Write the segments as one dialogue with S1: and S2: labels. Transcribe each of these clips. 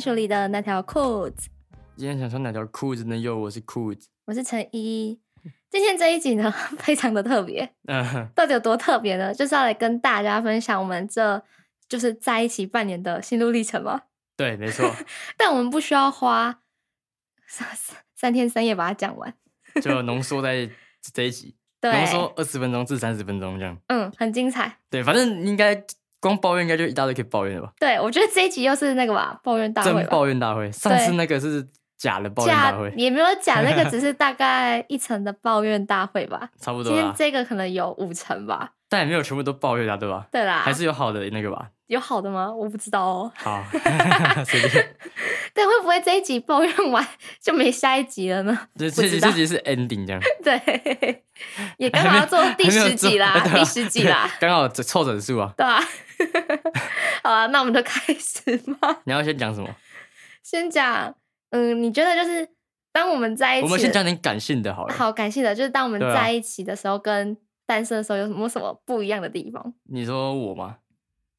S1: 鼠里的那条裤子。
S2: 今天想穿哪条裤子呢？哟，我是裤子。
S1: 我是陈一。今天这一集呢， 非常的特别。
S2: 嗯，
S1: 到底有多特别呢？就是要来跟大家分享我们这就是在一起半年的心路历程嘛。
S2: 对，没 错，
S1: 但我们不需要花三三天三夜把它讲完。
S2: 就浓缩在这一集，
S1: 对，
S2: 浓缩二十分钟至三十分钟这样。
S1: 嗯，很精彩。
S2: 对，反正应该光抱怨应该就一大堆可以抱怨的吧？
S1: 对，我觉得这一集又是那个吧，抱怨大会
S2: 真
S1: 吧。
S2: 抱怨大会，上次那个是假的抱怨
S1: 假
S2: 大 会，
S1: 也没有假，那个只是大概一层的抱怨大会吧。
S2: 差 不
S1: 今
S2: 多
S1: 天
S2: 啦。
S1: 这个可能有五层吧。
S2: 但也没有全部都抱怨啊，对吧？
S1: 对啦，
S2: 还是有好的那个吧。
S1: 有好的吗？我不知道哦。
S2: 好，随便。
S1: 但会不会这一集抱怨完就没下一集了呢？
S2: 这
S1: 不
S2: 这
S1: 知
S2: 集
S1: 道
S2: 这集是 ending 这样。
S1: 对，也刚好要做 第十集啦，第十集啦，，
S2: 啊 刚好凑整数啊。
S1: 对吧、 好啊，那我们就开始吧。
S2: 你要先讲什么？
S1: 哎先讲，嗯，你觉得就是当我们在一起，
S2: 我们先讲点感性的好了。
S1: 好感性的，就是当我们
S2: 对啊
S1: 在一起的时候跟单身的时候有什么什么不一样的地方？
S2: 你说我吗？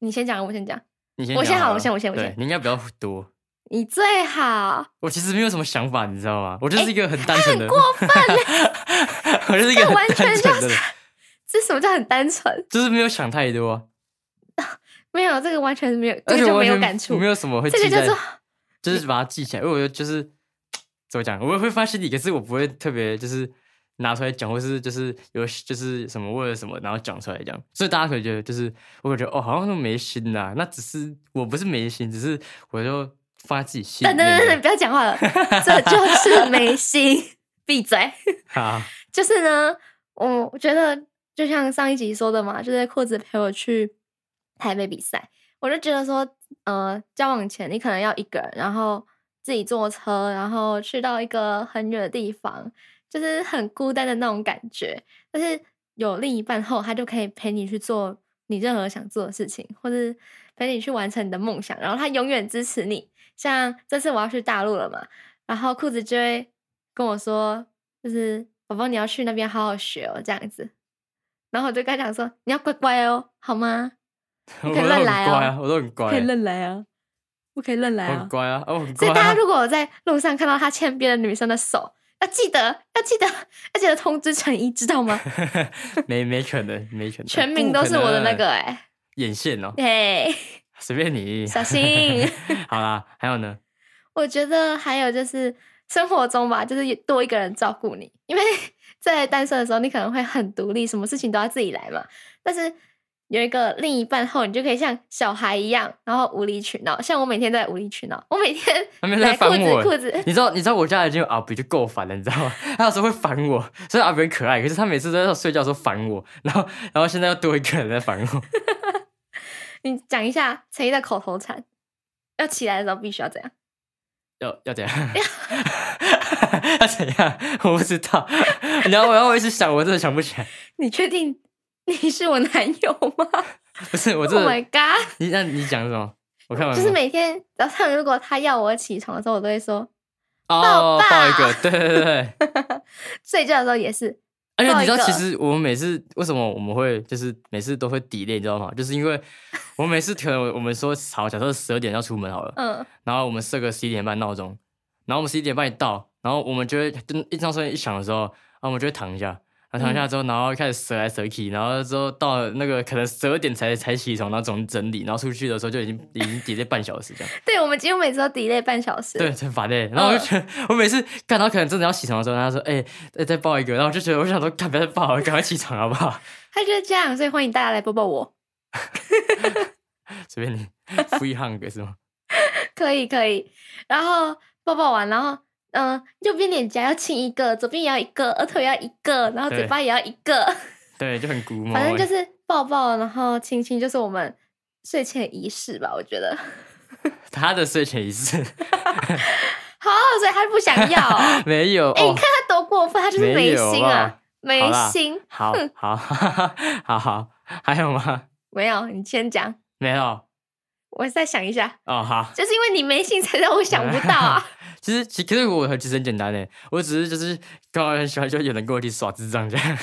S1: 你先讲，我先讲，
S2: 你先
S1: 我
S2: 讲了，
S1: 先好我先我先我
S2: 对
S1: 先
S2: 你应该比较多。
S1: 你最好。
S2: 我其实没有什么想法，你知道吗？我就是一个很单纯的，
S1: 哎很过 分嘞
S2: 我就是一个
S1: 这
S2: 很
S1: 完全
S2: 单纯的
S1: 就
S2: 人
S1: 是，这什么叫很单纯？
S2: 就是没有想太多啊，
S1: 没有，这个完全没有，
S2: 而
S1: 这
S2: 且
S1: 个就
S2: 我完
S1: 没有
S2: 全
S1: 感触
S2: 没。有什么会
S1: 这个
S2: 记在
S1: 叫做，
S2: 就是把它记起来。因为我觉得就是怎么讲，我会放心里，可是我不会特别就是拿出来讲，或是就是有就是什么为了什么然后讲出来这样，所以大家可能觉得就是我感觉哦好像都没心呐、那只是我不是没心，只是我就放在自己心里
S1: 等等
S2: 面这样。
S1: 等 等，不要讲话了，这就是没心， 闭嘴。
S2: 哈，
S1: 就是呢，我我觉得就像上一集说的嘛，就是裤子陪我去台北比赛，我就觉得说，呃，交往前你可能要一个人，然后自己坐车，然后去到一个很远的地方，就是很孤单的那种感觉。但是有另一半后，他就可以陪你去做你任何想做的事情，或是陪你去完成你的梦想，然后他永远支持你。像这次我要去大陆了嘛，然后裤子就会跟我说，就是宝宝你要去那边好好学哦，这样子。然后我就跟他讲说，你要乖乖哦，好吗？
S2: 我
S1: 你
S2: 都
S1: 可以
S2: 很
S1: 乱
S2: 乖
S1: 来哦
S2: 啊，我都很乖
S1: 可以
S2: 欸，
S1: 认来啊，不可以认来
S2: 我
S1: 啊
S2: 很。乖啊，哦，我很乖
S1: 所以大
S2: 啊
S1: 家。如果在路上看到他牵别的女生的手，要记得，要记得，要记得通知陈一，知道吗？
S2: 没没可能，没可能，
S1: 全名都是我的那个哎、
S2: 眼线哦，
S1: 嘿，
S2: 随便你，
S1: 小心。
S2: 好啦，还有呢，
S1: 我觉得还有就是生活中吧，就是有多一个人照顾你，因为 在单身的时候，你可能会很独立，什么事情都要自己来嘛。但是有一个另一半后，你就可以像小孩一样，然后无理取闹。像我每天都在无理取闹，我每天
S2: 他们
S1: 来
S2: 在
S1: 裤
S2: 烦
S1: 子
S2: 我
S1: 裤子，
S2: 你知道，你知道我家已经有阿比就够烦了，你知道吗？他有时候会烦我，虽然阿比很可爱，可是他每次都在睡觉的时候烦我，然后然后现在又多一个人在烦我。
S1: 你讲一下陈毅的口头禅，要起来的时候必须要怎样？
S2: 要要怎样？ 要怎样？我不知道。然后我要我一直想，我真的想不起来。
S1: 你确定 你是我男友吗
S2: 不是，我嗯
S1: ？Oh
S2: 真的。
S1: my god！
S2: 你那你讲什么？我看完
S1: 就是
S2: 了
S1: 每天早上如果他要我起床的时候，我都会说抱
S2: 哦
S1: 抱
S2: 抱一个，对对对对。
S1: 睡觉的时候也是
S2: 而且
S1: 抱
S2: 你
S1: 一
S2: 知道，
S1: 个
S2: 其实我们每次为什么我们会就是每次都会 delay，你知道吗？就是因为我们每次可能我们说好，假设十二点要出门好了，
S1: 嗯
S2: 然后我们设个十一点半闹钟，然后我们十一点半一到，然后我们就会就一闹钟一响的时候，然后我们就会躺一下，然后躺一
S1: 嗯
S2: 下之后，然后开始折来折去，然后之后到了那个可能十二点才才起床，然后总整理，然后出去的时候就已经已经 delay 半小时这样，
S1: 对，我们几乎每次都 delay 半小时。
S2: 对，很烦哎、然后我就觉得、
S1: 嗯
S2: 我每次干到可能真的要起床的时候，他说哎、再再抱一个，然后我就觉得我想说干不要再抱了，赶快起床好不好？
S1: 他就是这样，所以欢迎大家来抱抱我。
S2: 随便 你，free hug 是吗？
S1: 可以可以，然后抱抱完，然后嗯、呃右边脸颊要亲一个，左边也要一个，额头也要一个，然后嘴
S2: 对
S1: 巴也要一个，
S2: 对，就很古
S1: 反正
S2: 毛
S1: 就
S2: 欸。
S1: 是抱抱，然后亲亲，就是我们睡前仪式吧，我觉得。
S2: 欸他的睡前仪式
S1: 好，所以他不想要，哎、
S2: 没有
S1: 你
S2: 哦
S1: 看，他多过分，他就是
S2: 没
S1: 没
S2: 有
S1: 心
S2: 好不
S1: 啊
S2: 好，
S1: 没
S2: 好啦
S1: 心，
S2: 好
S1: 哼
S2: 好 好好，还有吗？
S1: 没有，你先讲，
S2: 没有
S1: 我再想一下，
S2: 哦，好。
S1: 就是因为你没心，才让我想不到啊。
S2: 其实其其实我其实很简单诶，我只是就是刚好很喜欢，就 有人跟我一起耍智障这样，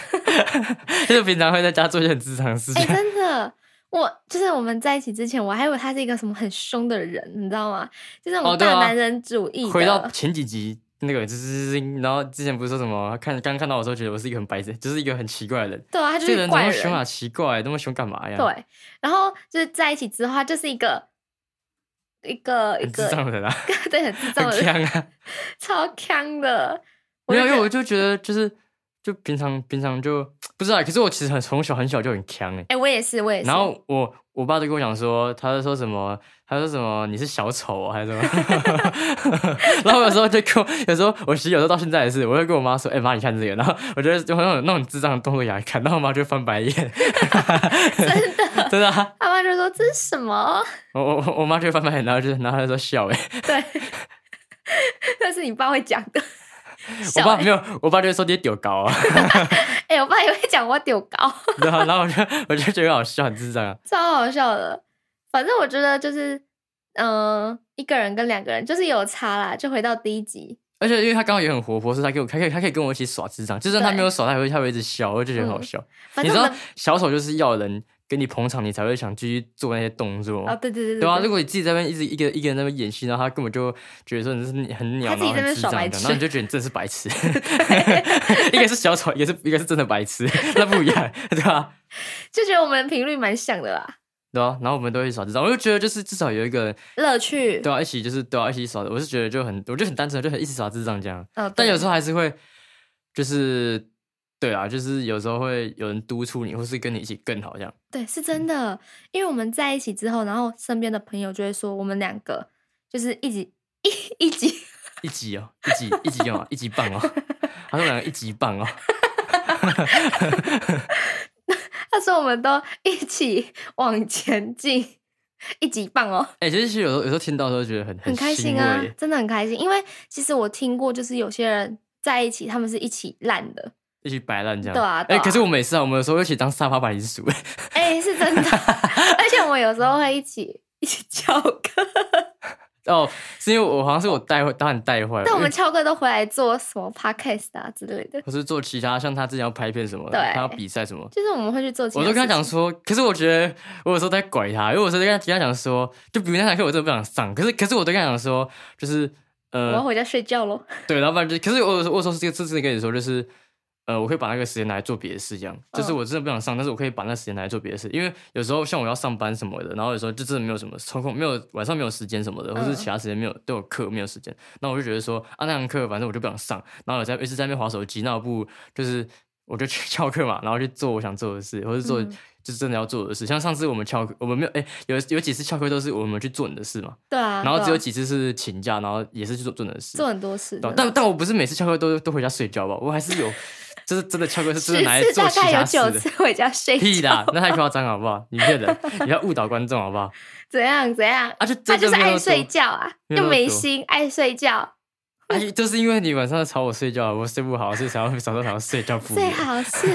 S2: 就是平常会在家做一些很智障的事
S1: 哎、
S2: 情。
S1: 真的，我就是我们在一起之前，我还以为他是一个什么很凶的人，你知道吗？就那
S2: 哦
S1: 种
S2: 对
S1: 大
S2: 啊
S1: 男人主义的。
S2: 回到前几集那个吱吱吱吱，然后之前不是说什么看刚看到我的时候觉得我是一个很白痴，就是一个很奇怪的人。
S1: 对啊，他就
S2: 这个
S1: 是
S2: 人怎
S1: 怪
S2: 么
S1: 人
S2: 凶。啊？奇怪，那么凶干嘛呀？，
S1: 对，然后就是在一起之后，他就是一个一个一
S2: 很智
S1: 个，
S2: 障的人啊，
S1: 对， 很智障
S2: 很
S1: 的人，
S2: 强啊。
S1: 超强的。我
S2: 没有，
S1: 就
S2: 因为
S1: 觉
S2: 我
S1: 得
S2: 就觉得就是就平常平常就不知道，可是我其实很从小很小就很强哎、
S1: 哎、我也是，我也是。
S2: 然后我我爸就跟我讲说，他就说什么，他说什么你是小丑、哦、还是什 么？ 然后有时候就跟我，有时候我其实有时候到现在也是，我会跟我妈说，哎、妈你看这个，然后我觉得就会用那种智障的动作给她看，然后我妈就翻白 眼，
S1: 真的，
S2: 真的、啊，
S1: 他妈就说这是什么？
S2: 我我我我妈就翻白眼，然后就然后她就说笑哎、
S1: 对， 那是你爸会讲的。
S2: 我
S1: 小
S2: 爸
S1: 欸
S2: 没有，我爸就说你丢高啊，
S1: 哎、我爸也会讲我丢高，
S2: 然后然后我就我就觉得好笑，很智障啊，
S1: 超好笑的。反正我觉得就是，嗯、一个人跟两个人就是有差啦。就回到第一集，
S2: 而且因为他刚好也很活泼，所以他给我他可以他可以跟我一起耍智障，就算他没有耍，他也会他会一直笑，我就觉得很好
S1: 嗯
S2: 笑。
S1: 反
S2: 你
S1: 正
S2: 知
S1: 我
S2: 道
S1: 们
S2: 小丑就是要人给你捧场，你才会想继续做那些动作。
S1: 哦，对对对对
S2: 对啊，
S1: 对
S2: 如果你自己在那边一直一个一个人在那边演戏，然后他根本就觉得说你是很鸟，
S1: 他自己
S2: 然后
S1: 在那边
S2: 很智障
S1: 耍
S2: 这
S1: 白
S2: 样，
S1: 痴
S2: 然后你就觉得你真的是白痴。 一个是小丑，一个是一个是真的白痴，那不一样，对吧、啊？
S1: 就觉得我们频率蛮像的啦。
S2: 对啊，然后我们都会耍智障，我就觉得就是至少有一个人
S1: 乐趣，
S2: 对啊，一起就是对啊，一起耍，我是觉得就很，我就很单纯，就很一起耍智障这样。
S1: 嗯，
S2: 但
S1: 对
S2: 有时候还是会，就是对啊，就是有时候会有人督促你，或是跟你一起更好这样。
S1: 对是真的，因为我们在一起之后，然后身边的朋友就会说我们两个就是一起一一起，
S2: 一级哦，一级一级干嘛？一级棒哦，他说我们两个一级棒哦，
S1: 他说我们都一起往前进，一起棒哦。
S2: 哎、其实有时候有时候听到的时候觉得很
S1: 很开
S2: 欣
S1: 心
S2: 慰
S1: 啊，真的很开心。因为其实我听过，就是有些人在一起，他们是一起烂的，
S2: 一起摆烂这样。
S1: 对啊
S2: 哎、
S1: 对啊
S2: 可是我们也是啊，我们有时候一起当沙发百灵鼠，
S1: 哎、是真的。而且我们有时候会一起一起 翘课，
S2: 哦，是因为我好像是我带坏，当然带坏了。
S1: 但我
S2: 因
S1: 们
S2: 为
S1: 翘课都回来做什么 podcast 啊之类的，
S2: 我是做其他，像他之前要拍片什么的，
S1: 对
S2: 他要比赛什么，
S1: 就是我们会去做其
S2: 我都跟他
S1: 事
S2: 讲
S1: 情，
S2: 说，可是我觉得我有时候在拐他，因为我有时候在跟他跟他讲说，就比如那堂课我真的不想上，可是可是我都跟他讲说，就是
S1: 我要
S2: 呃，
S1: 回家睡觉喽。
S2: 对，然后不然就，可是我有时候我有时候这个这次跟你说，就是呃，我会把那个时间拿来做别的事，这样，就是
S1: 嗯
S2: 我真的不想上，但是我可以把那时间拿来做别的事，因为有时候像我要上班什么的，然后有时候就真的没有什么抽空，没有晚上没有时间什么的，或是
S1: 嗯
S2: 其他时间没有都有课没有时间，那我就觉得说啊，那堂课反正我就不想上，然后我在一直在那边划手机，那我不如就是我就去 翘课嘛，然后去做我想做的事，或是做、
S1: 嗯
S2: 就是真的要做的事。像上次我们翘课，我们没有哎、有有几次翘课都是我们去做你的事嘛，
S1: 对啊，
S2: 然后
S1: 对
S2: 只有
S1: 啊
S2: 几次是请假，然后也是去做做你的事。
S1: 做很多事
S2: 对
S1: 的
S2: 啊
S1: 那
S2: 但
S1: 种，
S2: 但我不是每次翘课都都回家睡觉吧，我还是 有就是真的翘课是真的
S1: 十
S2: 拿来
S1: 次
S2: 做
S1: 大
S2: 其
S1: 概有
S2: 他
S1: 九
S2: 事
S1: 次
S2: 的。
S1: 回家睡
S2: 屁
S1: 觉
S2: 啦，，那太夸张了好不好？你骗人，你要误导观众好不好？
S1: 怎样怎样？
S2: 啊，就
S1: 他
S2: 真
S1: 就
S2: 的
S1: 是
S2: 没有
S1: 爱
S2: 多
S1: 睡 觉啊，
S2: 没有那么
S1: 又没
S2: 多
S1: 心，爱睡觉，
S2: 啊，就是因为你晚上吵我睡觉，我睡不好，所以才要早上想要睡觉补
S1: 最
S2: 眠。
S1: 好 是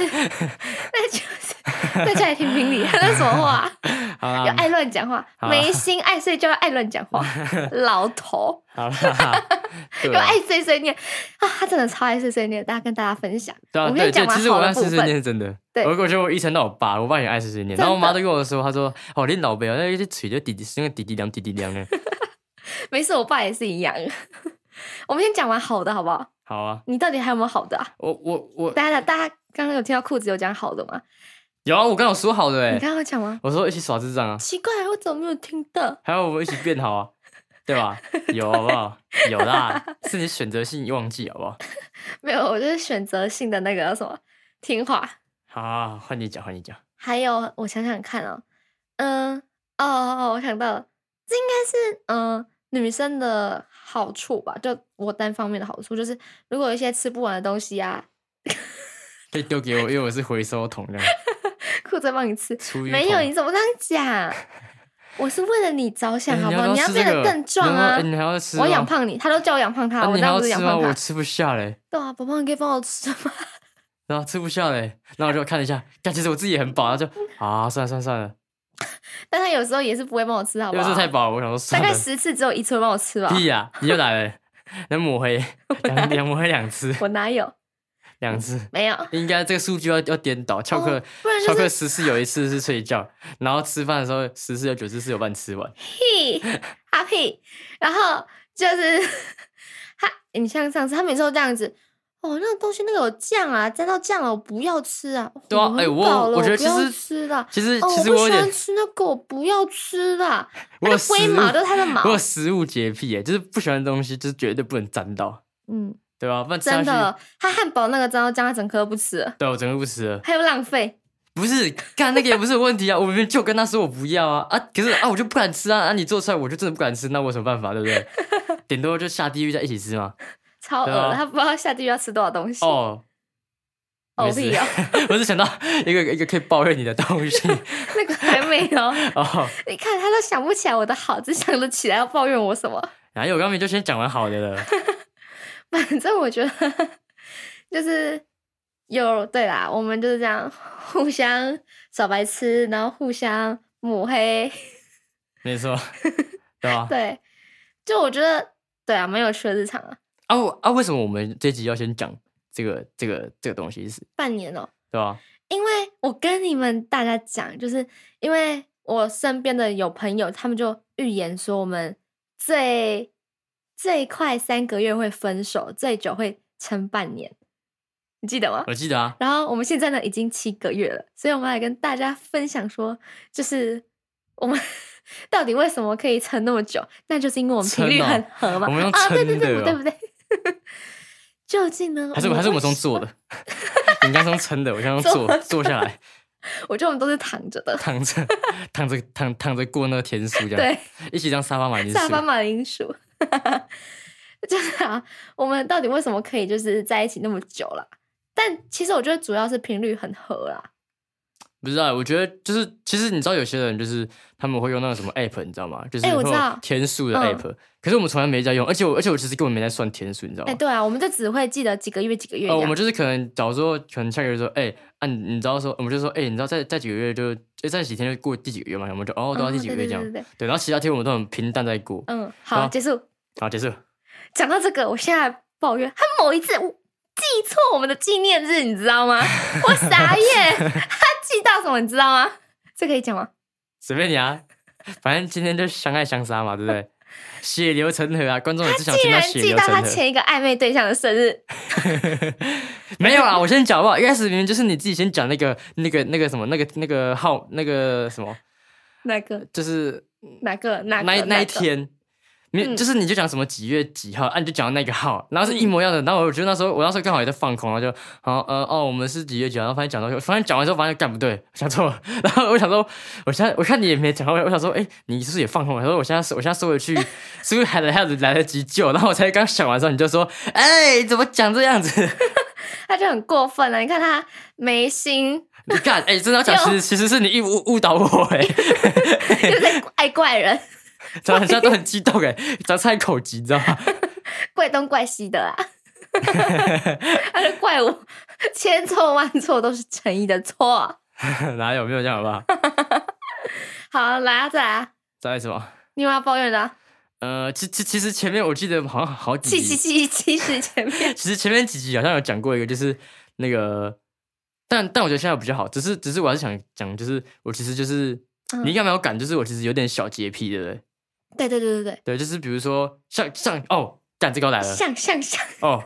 S1: 啊那就是在家里评评理，那什么话啊？
S2: 好啦，
S1: 又爱乱讲话，
S2: 好啊
S1: 没心爱睡觉，爱乱讲 话，老头
S2: 好啦， 对
S1: 又
S2: 啊
S1: 爱碎碎念啊，他真的超爱碎碎念，大家跟大家分享。
S2: 对啊，
S1: 我跟
S2: 对
S1: 你讲
S2: 对，
S1: 完
S2: 其实
S1: 好
S2: 我
S1: 的
S2: 爱
S1: 部
S2: 碎碎
S1: 分，
S2: 念，真的。
S1: 对
S2: 我我觉得我遗传到我爸，我爸也爱碎碎念，然后我妈
S1: 真的
S2: 都跟我说，她说：“哦，你老爸哦，那就嘴就滴滴，那个滴滴凉，滴滴 凉的。
S1: 没事，我爸也是一样。 我们先讲完好的好不好？”
S2: 好啊，
S1: 你到底还有没有好的啊？
S2: 我我我
S1: 大家大家刚刚有听到裤子有讲好的吗？
S2: 有啊，我刚有说好的
S1: 你
S2: 哎，
S1: 刚刚有讲吗？
S2: 我说一起耍智障啊，
S1: 奇怪，我怎么没有听到？
S2: 还有我们一起变 好啊，对吧？有好不好？有啦，是你选择性忘记好不好？
S1: 没有，我就是选择性的那个什么听话。
S2: 好好，好换你讲，换你讲。
S1: 还有，我想想看哦，嗯，哦哦，哦我想到了，这应该是嗯、呃女生的好处吧，就我单方面的好处，就是如果有一些吃不完的东西啊，
S2: 可以丢给我， 因为我是回收桶这样，
S1: 裤子帮你吃，
S2: 出于
S1: 没有，你怎么这样讲？ 我是为了你着想，
S2: 哎
S1: 好不好？你要变得更壮啊！
S2: 你还要吃
S1: 我养
S2: 吗
S1: 胖你，他都叫我养胖他，
S2: 啊
S1: 我
S2: 你
S1: 这
S2: 还要
S1: 样不
S2: 吃
S1: 是养
S2: 吗？
S1: 胖
S2: 我
S1: 他？
S2: 吃不下嘞，
S1: 对啊，宝宝，你可以帮我吃吗？
S2: 然后吃不下嘞，然后我就看了一下，但其实我自己也很饱，然后就啊，算了算了算了，
S1: 但他有时候也是不会帮我吃，好
S2: 因
S1: 不
S2: 为
S1: 好
S2: 这？太饱了，我想说算
S1: 大概
S2: 了，
S1: 十次只有一次会帮我吃吧，
S2: 屁呀，你又来了，能抹黑，两两抹黑两次，
S1: 我哪有？
S2: 两次，
S1: 没有，
S2: 应该这个数据要要颠倒。翘课，
S1: 哦不然就是
S2: 翘课十次有一次是睡觉，然后吃饭的时候十次有九次是有饭吃完。
S1: 屁，哈屁，然后就是 他，你像上次他每次都这样子，哦，那个东西那个有酱啊，沾到酱了，我不要吃啊。
S2: 对啊
S1: 哦，
S2: 哎、
S1: 很
S2: 我
S1: 饱了
S2: 我觉得
S1: 不
S2: 其
S1: 要
S2: 实
S1: 吃了。
S2: 其实
S1: 哦，
S2: 其实有
S1: 我不喜
S2: 点
S1: 欢，吃那个，我不要吃了。
S2: 我
S1: 那
S2: 有
S1: 个龟
S2: 食物
S1: 毛就是它的毛
S2: 我有食物洁癖耶，就是不喜欢的东西就是绝对不能沾到，
S1: 嗯，
S2: 对吧、不然吃下
S1: 真
S2: 去，
S1: 的，他汉堡那个沾到酱，他整颗都不吃了，
S2: 对我整个不吃了。
S1: 还有浪费。
S2: 不是，干那个也不是问题啊！我明明就跟他说我不要啊啊！可是啊，我就不敢吃啊！啊，你做出来我就真的不敢吃，那我有什么办法，对不对？顶多就下地狱再一起吃嘛。
S1: 超饿
S2: 对啊
S1: 的，他不知道下地狱要吃多少东西。
S2: 哦，
S1: 哦
S2: 没事
S1: 屁哦，
S2: 我是想到一个一个可以抱怨你的东西
S1: 那个还没有。
S2: 哦。
S1: 你看，他都想不起来我的好，只想得起来要抱怨我什么。
S2: 然后我刚才就先讲完好的了，
S1: 反正我觉得就是有对啦，我们就是这样互相小白痴，然后互相抹黑，
S2: 没错，对吧？
S1: 对，就我觉得对啊，蛮有趣的日常啊，
S2: 啊我啊，为什么我们这集要先讲这个这个这个东西是，
S1: 半年哦、
S2: 对吧？
S1: 因为我跟你们大家讲，就是因为我身边的有朋友，他们就预言说我们最最快三个月会分手，最久会撑半年，你记得吗？
S2: 我记得啊，
S1: 然后我们现在呢已经七个月了，所以我们来跟大家分享说，就是我们 到底为什么可以撑那么久？那就是因为我们频率
S2: 撑哦
S1: 很合嘛。
S2: 我们用
S1: 啊，对对对，
S2: 撑的
S1: 对
S2: 哦
S1: 不对？ 究竟呢？
S2: 还是还是我们从
S1: 为
S2: 坐
S1: 什
S2: 的， 你应该是用撑的，我刚刚
S1: 坐
S2: 坐坐下来，
S1: 么， 我觉得我们都是躺着的。
S2: 躺着躺着躺躺着过那个天数这样。
S1: 对，
S2: 一起当沙发马铃薯。
S1: 下班马铃薯， 就是啊，我们到底为什么可以就是在一起那么久了？但其实我觉得主要是频率很合啦。
S2: 不知道，我觉得就是，其实你知道有些人就是他们会用那个什么 app，你知道吗？就是
S1: 哎
S2: 会
S1: 我知道
S2: 有天数的
S1: 嗯
S2: app，、可是我们从来没在用，而且我而且我其实根本没在算天数，你知道吗？
S1: 哎、对啊，我们就只会记得几个月几个月这
S2: 呃，
S1: 样。
S2: 哦我们就是可能，假如说，可能下个月说，哎、啊，你你知道说，我们就说，哎、你知道再再几个月就，就再几天就过第几个月嘛，我们就哦，对啊，
S1: 嗯
S2: 第几个
S1: 对
S2: 月这样，
S1: 对对对
S2: 对，然后其他天我们都很平淡在过，
S1: 嗯，
S2: 好啊
S1: 好，结束。
S2: 好，结束，
S1: 讲到这个，我现在抱怨，他某一次我记错我们的纪念日，你知道吗？我 傻眼，他记到什么，你知道吗？这可以讲吗？
S2: 随便你啊，反正今天就相爱相杀嘛，对不 对？血流成河啊，观众也只想
S1: 竟
S2: 听到
S1: 然
S2: 血
S1: 记
S2: 流
S1: 到
S2: 成
S1: 他
S2: 河。
S1: 前一个暧昧对象的生日，
S2: 没有啊，我先讲好不好？一开始明明就是你自己先讲那个、那个、那个什么、那个、那个号、那个什么，
S1: 哪个
S2: 就是
S1: 哪个哪
S2: 那
S1: 个
S2: 一那一，
S1: 哪个
S2: 天，你、
S1: 嗯
S2: 就是你就讲什么几月几号，啊，你就讲那个号，然后是一模一样的。然后我觉得那时候我那时候刚好也在放空，然后就好呃哦，我们是几月几号，然后发现讲到，发现讲完之后发现干不对，讲错了。然后我想说，我现在我看你也没讲话，我想说，哎，你是不是也放空？我说我现在收我现在收回 去，是不是还来还来得及救？然后我才刚想完之后，你就说，哎，怎么讲这样子？
S1: 他就很过分了。你看他没心，
S2: 你干哎、真的要讲，其实其实是你误误误导我 哎、
S1: 又在 爱怪人，
S2: 咱们现在都很激动哎、咱菜口急，你知道吗？
S1: 怪东怪西的啊。他就怪我千错万错都是陈毅的错。
S2: 哪有没有这样好不好？
S1: 好，来啊，再来啊，
S2: 再来什么？
S1: 你有要抱怨的、啊？
S2: 呃，其其其实前面我记得好像好几
S1: 气气
S2: 集，
S1: 气气死前面。
S2: 其实前面几集好像有讲过一个，就是那个，但但我觉得现在比较好，只是只是我还是想讲，就是我其实就是、
S1: 嗯
S2: 你应该没有感，就是我其实有点小洁癖，对不对？
S1: 对对对对
S2: 对，就是比如说像像哦，干这个又来
S1: 对，
S2: 了
S1: 像像像，
S2: 哦，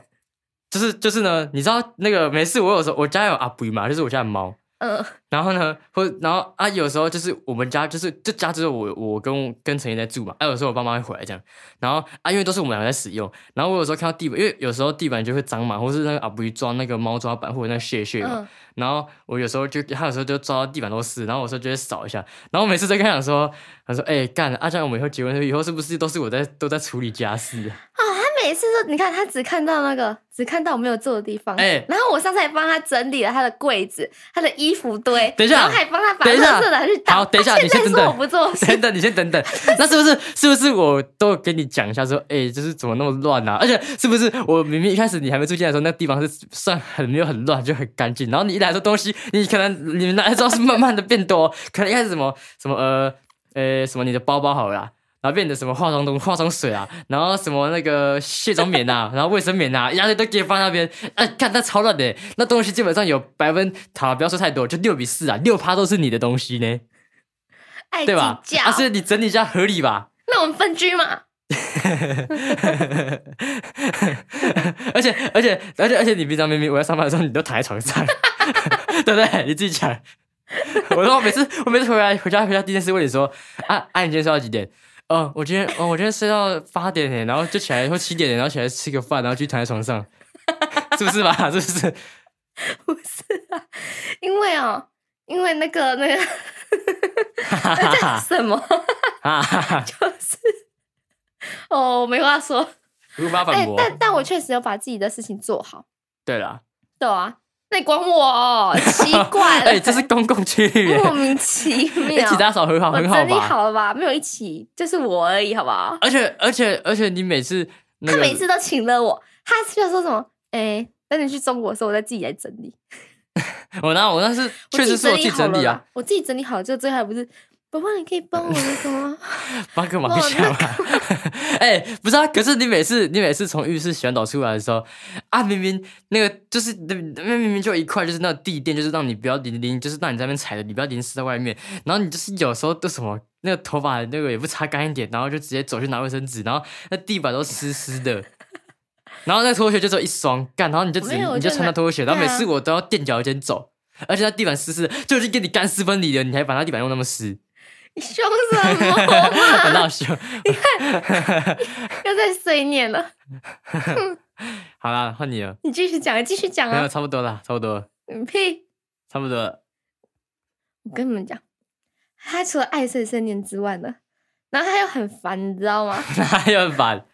S2: 就是就是呢，你知道那个没事，我有时候我家有阿布嘛，就是我家的猫，
S1: 嗯
S2: 然后呢，或然后啊，有时候就是我们家就是这家只有我我跟跟陈怡在住嘛，啊，有时候我爸妈会回来这样，然后啊，因为都是我们两个在使用，然后我有时候看到地板，因为有时候地板就会脏嘛，或是那个阿布抓那个猫抓板或者那个屑屑嘛，
S1: 嗯，
S2: 然后我有时候就他有时候就抓到地板都是，然后我说就会扫一下，然后每次都跟他讲说，他说哎、干啊，这样我们以后结婚以后是不是都是我在都在处理家事、啊？
S1: 他每次都你看他只看到那个，只看到我没有做的地方，
S2: 哎
S1: 然后我上次还帮他整理了他的柜子，他的衣服堆，
S2: 等一下
S1: 然后还帮他把
S2: 等一下
S1: 垃圾拿去倒
S2: 好等一下
S1: 他
S2: 你
S1: 现
S2: 先等
S1: 在说
S2: 等
S1: 我不做 事，
S2: 等等，你先等等，那是不是是不是我都跟你讲一下说，哎、就是怎么那么乱啊？而且是不是我明明一开始你还没住进来的时候，那地方是算很没有很乱，就很干净。然后你一来说东西，你可能 你们来之后是慢慢的变多，可能一开始什么什么呃呃什么你的包包好了啦。然后变得什么化妆东、化妆水啊，然后什么那个卸妆棉啊，然后卫生棉啊，一大堆都给放那边。哎、看那超乱的，那东西基本上有百分，好不要说太多，就六比四啊，六趴都是你的东西呢，
S1: 爱哎 计
S2: 对吧？
S1: 较。
S2: 啊，所以你整理一下合理吧。
S1: 那我们分居嘛？
S2: 而且而且而且而且你平常明明我在上班的时候，你都躺在床上， 对不对？你自己讲。 我说我每次我每次回来回家回家第一件事问你说啊啊你今天睡到几点？哦，我今天哦我今天睡到八点耶，然后就起来或七点欸耶，然后起来吃个饭，然后继续躺在床上，是不是吧？ 是不是？
S1: 不是啊，因为哦，因为那个那个
S2: 哈啊哈
S1: 那叫
S2: 哈
S1: 什么，
S2: 哈哈哈！
S1: 就是哦，我没话说。
S2: 无法
S1: 哎、
S2: 反驳。
S1: 但但我确实有把自己的事情做好。
S2: 对啦，
S1: 对啊，那你管我、哦？奇怪了，
S2: 哎， 这是公共区域欸哎耶，
S1: 莫名其
S2: 一
S1: 妙。
S2: 起打扫很好，
S1: 我
S2: 很好
S1: 整理
S2: 吧？
S1: 好了吧？没有一起，就是我而已，好不好？
S2: 而且而且而且你每次那
S1: 他
S2: 个
S1: 每次都请了我，他就说什么？哎、等你去中国的时候，我再自己来整理。
S2: 我那我那是
S1: 我
S2: 确实是我自己
S1: 己整
S2: 整
S1: 理好
S2: 理
S1: 了
S2: 啊
S1: 啦，，我自己整理好了之后，最后还不是。宝宝，你可以帮我那个吗？
S2: 帮个忙一下嘛。 哎、不是啊，可是你每次你每次从浴室洗完澡出来的时候，啊，明明那个就是那那明明就有一块就是那个地垫，就是让你不要淋淋，就是让你在那边踩的，你不要淋湿在外面。然后你就是有时候都什么那个头发那个也不擦干一点，然后就直接走去拿卫生纸，然后那地板都湿湿的。然后那个拖鞋就只有一双，干，然后你就只
S1: 没有
S2: 你就
S1: 我就
S2: 穿那
S1: 拿
S2: 拖鞋，然后每
S1: 对啊
S2: 次我都要垫脚尖走，而且那地板湿湿的，就已经给你干四分离了，你还把那地板用那么湿，
S1: 你凶什么？
S2: 很好 笑。
S1: 又在碎念了。
S2: 好啦，换你了。
S1: 你继续讲，继续讲
S2: 没有，
S1: 啊！
S2: 差不多了，差不多了，
S1: 你屁！
S2: 差不多 了。
S1: 我跟你们讲，他除了爱碎碎念之外呢，然后他又很烦，你知道吗？
S2: 哪有很烦？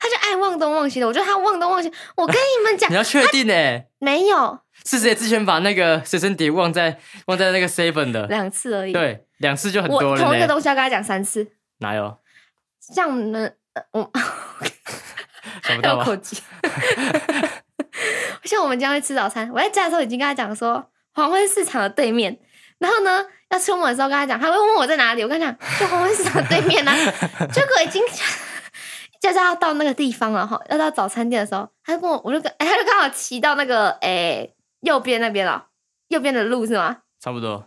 S1: 他就爱忘东忘西的。我觉得他忘东忘西。我跟你们讲
S2: 你，要确定 呢、
S1: 没有
S2: 是谁之前把那个随身碟忘在忘在那个 seven 的？
S1: 两次而已。，
S2: 对，两次就很
S1: 我
S2: 多
S1: 同一
S2: 了
S1: 个
S2: 呢、
S1: 东西要跟他讲三次，
S2: 哪有？
S1: 像我们呃我
S2: 想不啊
S1: 还
S2: 到
S1: 有
S2: 吧
S1: 口？技，像我们今天会吃早餐，我在家的时候已经跟他讲说黄昏市场的对面。然后呢，要出门的时候跟他讲，他会问我在哪里。我跟他讲，就黄昏市场的对 面啊。结果已经就是要到那个地方了哈，要到早餐店的时候，他就跟我，我就跟、哎他就刚好骑到那个诶、右边那边了，右边的路是吗？
S2: 差不多。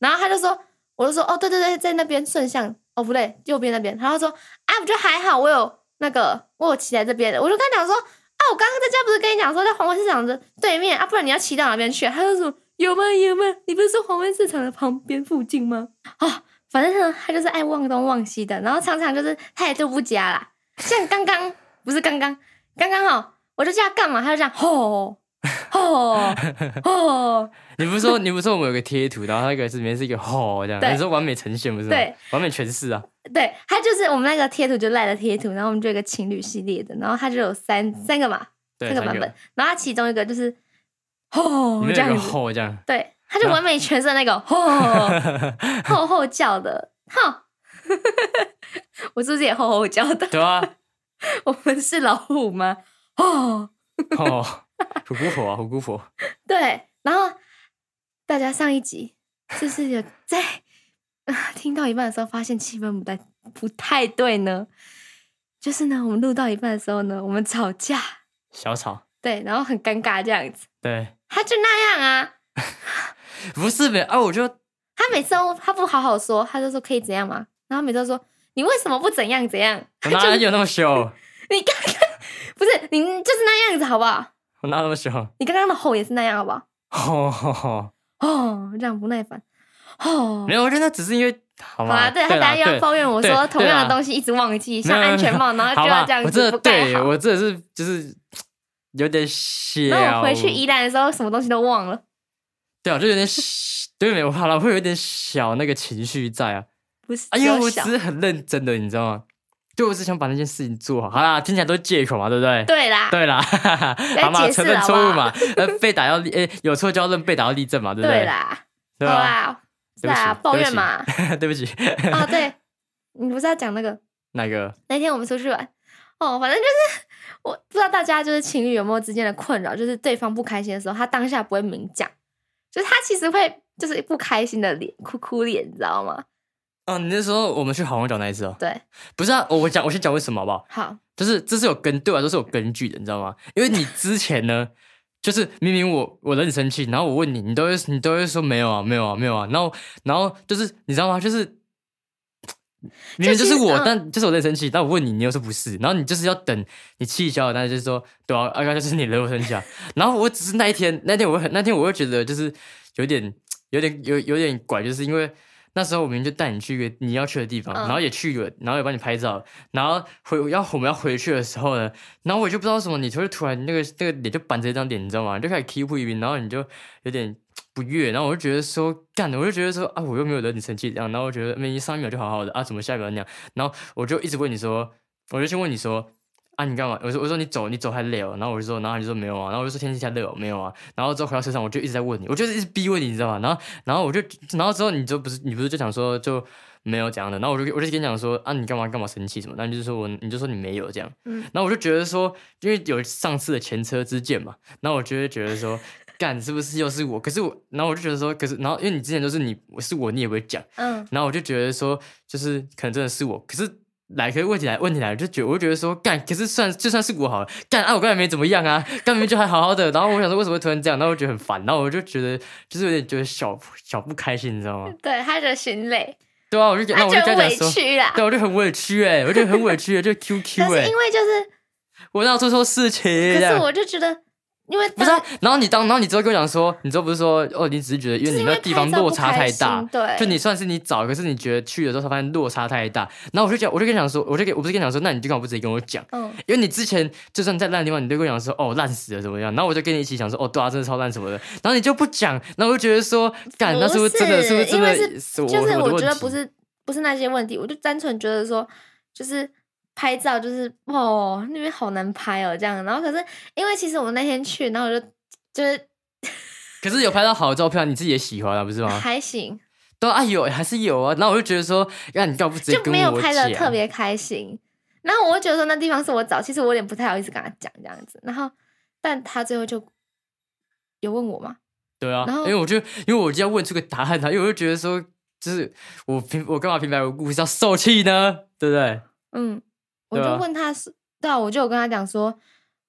S1: 然后他就说，我就说，哦，对对对，在那边顺向，哦不对，右边那边。然后他说，啊，我觉得还好，我有那个，我有骑在这边的。我就跟他讲说，啊，我刚刚在家不是跟你讲说在黄昏市场的对面啊，不然你要骑到哪边去、啊？他就说，有吗有吗？你不是说黄昏市场的旁边附近吗？啊、反正呢，他就是爱忘东忘西的，然后常常就是态度不佳啦。像刚刚不是刚刚，刚刚哦，我就叫他干嘛，他就这样吼吼吼，
S2: 你不是 说你不是说我们有个贴图，然后那个里面是一个吼这样，
S1: 对
S2: 你说完美呈现不是吗？
S1: 对，
S2: 完美诠释啊。
S1: 对，他就是我们那个贴图就赖的贴图，然后我们就有一个情侣系列的，然后他就有三三个嘛，
S2: 对，
S1: 三个
S2: 三
S1: 版
S2: 个
S1: 本，，然后他其中一个就是吼
S2: 里面
S1: 这
S2: 有
S1: 样
S2: 个
S1: 子，
S2: 吼这样。
S1: 对，他就完美诠释那个吼吼吼叫的，吼，我是不是也吼吼叫的？
S2: 对啊，
S1: 我们是老虎吗？吼，
S2: 吼，虎姑婆啊，虎姑婆。
S1: 对，然后大家上一集就是有在啊听到一半的时候，发现气氛不太不太对呢。就是呢，我们录到一半的时候呢，我们吵架，
S2: 小草。
S1: 对，然后很尴尬这样子。
S2: 对，
S1: 他就那样啊，
S2: 不是呗？啊，我就
S1: 他每次都他不好好说，他就说可以怎样嘛，然后每次都说你为什么不怎样怎样， 他 就
S2: 哪有那么凶？
S1: 你刚刚不是你就是那样子好不好？
S2: 我哪有那么凶？
S1: 你刚刚的吼也是那样好不好？
S2: 吼吼吼。
S1: 哦，这样不耐烦，哦
S2: 没，有，我觉得那只是因为好
S1: 好啦，
S2: 吗？
S1: 啊对他
S2: 对
S1: 等
S2: 啦
S1: 下又
S2: 对
S1: 要抱怨我
S2: 对
S1: 说同样
S2: 对啦啊
S1: 的东西一直忘记，
S2: 没有
S1: 像安全帽，然后
S2: 好
S1: 啊就
S2: 吧
S1: 要这样
S2: 我真
S1: 子
S2: 的
S1: 不盖
S2: 对
S1: 好。
S2: 我真的是就是有点小。
S1: 然后我回去宜兰的时候，什么东西都忘了，
S2: 对啊，就有点小，对没？我好了，会有点小那个情绪在啊，
S1: 不是
S2: 啊，
S1: 只
S2: 因为
S1: 有
S2: 我
S1: 小
S2: 只。是很认真的，你知道吗？就我只想把那件事情做好。好啦，听起来都是借口嘛，对不对？
S1: 对啦，
S2: 对啦， 好嘛，
S1: 解释
S2: 承认
S1: 了
S2: 错
S1: 好不
S2: 误
S1: 好
S2: 嘛，呃，被打要立，诶，有错就要认，被打要立正嘛，对不对？
S1: 对啦，
S2: 对
S1: 好
S2: 吧？
S1: 啦，是
S2: 对不起
S1: 啊，抱
S2: 对不
S1: 怨
S2: 起
S1: 嘛。
S2: 对不起，
S1: 啊，对，你不是要讲那个？
S2: 那个
S1: 那天我们出去玩，哦，反正就是我不知道大家就是情侣有没有之间的困扰，就是对方不开心的时候，他当下不会明讲，就是他其实会就是不开心的脸，哭哭脸，你知道吗？
S2: 哦，你那时候我们去好望角那一次哦，
S1: 对，
S2: 不是啊，我我讲我先讲为什么好不好？
S1: 好，
S2: 就是这是有根，对我来说是有根据的，你知道吗？因为你之前呢，就是明明我我惹你生气，然后我问你，你都会你都会说没有啊，没有啊，没有啊，然后然后就是你知道吗？就是明明就是我，
S1: 嗯
S2: 但就是我在生气，但我问你，你又说不是，然后你就是要等你气消了，但是就是说对啊，啊，刚就是你惹我生气啊， 然后我只是那一天那天我会很那天我会觉得就是有点有点有有点拐，就是因为。那时候我明明就带你去一个你要去的地方，
S1: 嗯
S2: 然后也去了，然后也帮你拍照，然后回要我们要回去的时候呢，然后我就不知道为什么，你就会突然那个那个脸就板着一张脸，你知道吗？你就开始 keep 一然后你就有点不悦，然后我就觉得说干，我就觉得说啊，我又没有惹你生气这样，然后我觉得没上一秒就好好的啊，怎么下一秒那样？然后我就一直问你说，我就先问你说。啊，你干嘛？我说，我说你走，你走还累哦。然后我就说，然后你就说没有啊。然后我就说天气太热哦，没有啊。然后之后回到车上，我就一直在问你，我就是一直逼问你，你知道吗？然后，然后我就，然后之后你就不是，你不是就讲说就没有这样的。然后我就我就跟你讲说啊，你干嘛干嘛生气什么？然后你就说我，你就说你没有这样。
S1: 嗯，
S2: 然后我就觉得说，因为有上次的前车之鉴嘛，然后我就会觉得说，干是不是又是我？可是我，然后我就觉得说，可是然后因为你之前都是你，我是我，你也不会讲，
S1: 嗯，
S2: 然后我就觉得说，就是可能真的是我，可是。来，可是问题来，问题来，我就觉得，我就觉得说，干，可是算就算是我好了，干啊，我刚才没怎么样啊，干明明就还好好的，然后我想说，为什么会突然这样？然后我觉得很烦，然后我就觉得，就是有点觉得小小不开心，你知道吗？
S1: 对，他觉得心累，
S2: 对啊，我就觉得，那
S1: 他
S2: 我就
S1: 觉
S2: 跟
S1: 得
S2: 他讲
S1: 委
S2: 说，
S1: 屈啦。
S2: 对，啊我就很委屈哎、我就很委屈、欸，就 QQ
S1: 可
S2: 哎、
S1: 是因为就是，
S2: 我哪有做错事情？
S1: 可
S2: 这
S1: 是
S2: 样
S1: 我就觉得，因为
S2: 不是、
S1: 当
S2: 啊，然后你当，然后你之后跟我讲说，你之后不是说，哦，你只是觉得因为
S1: 就是
S2: 你
S1: 因
S2: 那
S1: 为
S2: 地方落差太大
S1: 拍照，不开心对，
S2: 就你算是你找，可是你觉得去的时候才发现落差太大，然后我就讲，我就跟你讲说，我就跟我不是跟你讲说，那你就干嘛不直接跟我讲？
S1: 嗯，
S2: 因为你之前就算在烂地方，你都跟我讲说哦烂死了怎么样，然后我就跟你一起讲说哦对啊真的超烂什么的，然后你就不讲，然后我就觉得说干
S1: 不
S2: 那是不是真的
S1: 是
S2: 是不是真
S1: 因为
S2: 的
S1: 是
S2: 我我
S1: 就是
S2: 的
S1: 我
S2: 问
S1: 觉得
S2: 题
S1: 不是不是那些问题，我就单纯觉得说，就是拍照就是哦那边好难拍哦这样，然后可是因为其实我们那天去，然后我就就是
S2: 可是有拍到好的照片啊，你自己也喜欢了、不是 吗？
S1: 还行，
S2: 对啊有还是有啊，然后我就觉得说，那你干嘛不直接
S1: 就
S2: 跟
S1: 没有
S2: 我
S1: 拍的
S2: 讲？
S1: 特别开心。然后我就觉得说那地方是我找，其实我有点不太好意思跟他讲这样子。然后，但他最后就有问我嘛，
S2: 对啊，
S1: 然后
S2: 因为我就因为我就要问出个答案他，因为我就觉得说，就是我平我干嘛平白无故是要受气呢？对不对？
S1: 嗯，我
S2: 对
S1: 就
S2: 啊
S1: 问他是，对啊，我就有跟他讲说，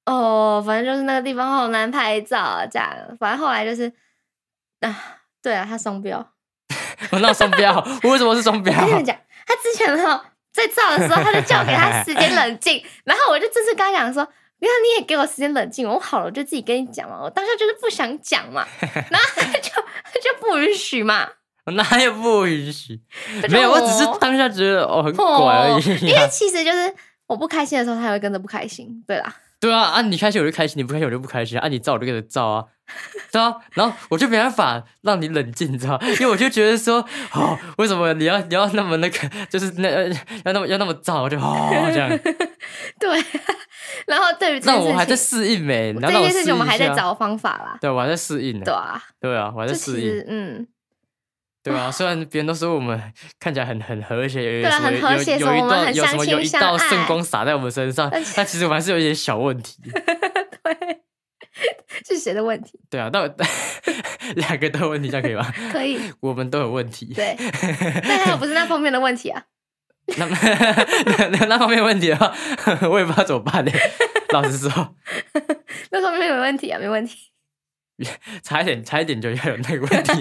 S1: 哦，反正就是那个地方好难拍照啊这样。反正后来就是，啊，对啊，他双标。
S2: 我那双标，我为什么是双标？
S1: 我跟你们讲，他之前呢在照的时候，他就叫我给他时间 冷静，然后我就这次跟他讲说。不要，你也给我时间冷静。我好了，我就自己跟你讲嘛。我当下就是不想讲 嘛，然后他就他就不允许嘛。
S2: 我哪有不允许？
S1: 他就
S2: 没有，我
S1: 哦
S2: 只是当下觉得哦很拐而
S1: 哦，
S2: 已
S1: 因
S2: 啊、
S1: 为其实就是我不开心的时候，他也会跟着不开心。对啦，
S2: 对啊，啊你开心我就开心，你不开心我就不开心啊，你照我就跟着照啊。对啊，然后我就没办法让你冷静，你知道吗？因为我就觉得说，哦，为什么你要你要那么那个，就是那 呃要那么要那么照，我就哦这 样。
S1: 对。然后对于这
S2: 那
S1: 件事
S2: 我
S1: 情，
S2: 还在适应没、然
S1: 这
S2: 后让
S1: 件事
S2: 适
S1: 情，
S2: 应
S1: 我们还
S2: 一
S1: 在
S2: 下
S1: 找方法啦。
S2: 对，我还在适应呢
S1: 对。啊，
S2: 对啊，我还
S1: 就
S2: 在
S1: 其
S2: 适应。
S1: 实嗯，
S2: 对啊，虽然别人都说我们看起来很很和谐，有
S1: 对
S2: 什
S1: 啊
S2: 么
S1: 很和谐
S2: 有
S1: 什
S2: 有
S1: 么
S2: 一
S1: 我们
S2: 道
S1: 很
S2: 有什么
S1: 相
S2: 有一
S1: 亲相
S2: 道
S1: 爱
S2: 圣光洒在我们身上
S1: 但是，
S2: 但其实我们还是有一点小问题。
S1: 对， 是谁的问题？
S2: 对啊，但我 两个都有问题，这样可以吗？
S1: 可以，
S2: 我们都有问 题。
S1: 对，但还有不是那方面的问题啊。
S2: 那 那那那方面问题的话， 我也不知道怎么办嘞。老实说，
S1: 那方面没问题啊，没问题。
S2: 差一点，差一点就要有那个问题。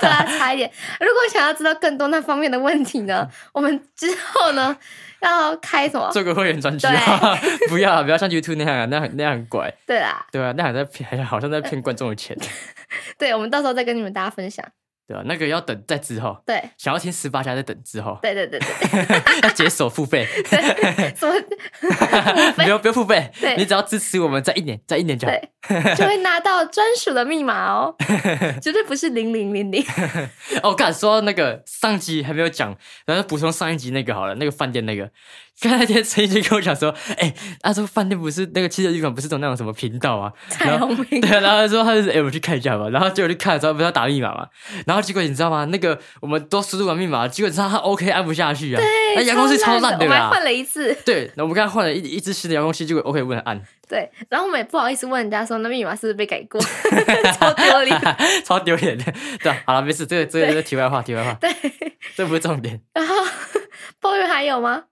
S1: 对啊，差一点。如果想要知道更多那方面的问题 呢，我们之后呢要开什么？
S2: 做个会员专区啊！ 不要啊，不要像 YouTube 那样啊，那样那样很怪。
S1: 对啦，
S2: 对啊，那还在骗，好像在骗观众的钱。
S1: 对，我们到时候再跟你们大家分享。
S2: 对啊，那个要等在之后，
S1: 对，
S2: 想要听十八家再等之后，
S1: 对对对对
S2: 要解锁付费，
S1: 对，什么？
S2: 不用不用付费
S1: 对，
S2: 你只要支持我们在一年，在一年就好。
S1: 对，就会拿到专属的密 码哦，绝对不是零零零零。
S2: 哦，敢说到那个上集还没有讲，然后补充上一集那个好了，那个饭店那个，刚才那天陈怡就跟我讲说，哎、他说饭店不是那个汽车旅馆不是种那种什么频道啊，
S1: 彩虹频
S2: 对啊，然后他说他就是哎、我去看一下吧，然后结果去看的时候不是要打密码嘛，然后结果你知道吗？那个我们都输入完密码，结果他他 OK 按不下去啊，那遥控器超烂
S1: 哎的，
S2: 的
S1: 我们还
S2: 啦
S1: 换。了一次。
S2: 对，那我们刚才换了一一只新的遥控器，结果 OK 不能按，
S1: 对，然后我们也不好意思问人家说那密码是不是被改 过， 超丢脸。
S2: 超丢脸的。对啊，好了，没事，这个这个这个题外话，题外话。
S1: 对，
S2: 这不是重点。
S1: 然后抱怨还有吗？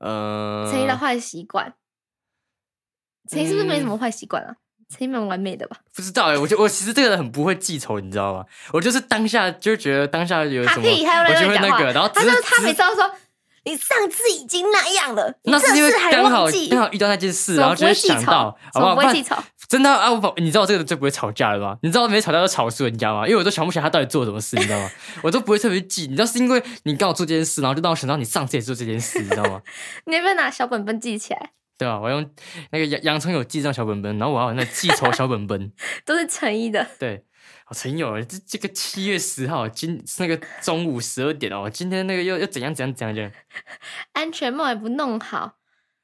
S2: 呃，
S1: 陈怡的坏习惯，陈怡是不是没什
S2: 嗯
S1: 么坏习惯啊？陈怡蛮完美的吧？
S2: 不知道哎、我就我其实这个人很不会记仇，你知道吗？我就是当下就觉得当下有
S1: 他
S2: 什么，
S1: 屁，他又
S2: 我
S1: 在
S2: 就
S1: 那
S2: 会
S1: 讲
S2: 那
S1: 话。
S2: 个，哦然后只
S1: 他
S2: 是
S1: 就是他
S2: 只
S1: 每
S2: 是
S1: 次都说：“你上次已经那样了，
S2: 那
S1: 你这
S2: 是因为
S1: 次还
S2: 刚好
S1: 忘记。
S2: 刚好遇到那件事，
S1: 怎
S2: 然
S1: 么
S2: 后
S1: 不
S2: 就
S1: 会
S2: 会
S1: 记
S2: 想
S1: 仇
S2: 到，好不
S1: 怎么
S2: 好？不
S1: 不会
S2: 然
S1: 记仇？
S2: 真的啊！我把你知道我这个人最不会吵架了吗？你知道我每次吵架都吵输人家吗？因为我都想不起来他到底做了什么事，你知道吗？我都不会特别记，你知道是因为你刚好做这件事，然后就让我想到你上次也做这件事，你知道吗？
S1: 你有没有拿小本本记起来？
S2: 对吧、我用那个洋洋葱有记账小本本，然后我还有那个记仇小本 本。
S1: 都是诚意的。
S2: 对，好陈友，这这个七月十号，今是那个中午十二点哦，今天那个又又怎样怎样怎样怎样，
S1: 安全帽也不弄好，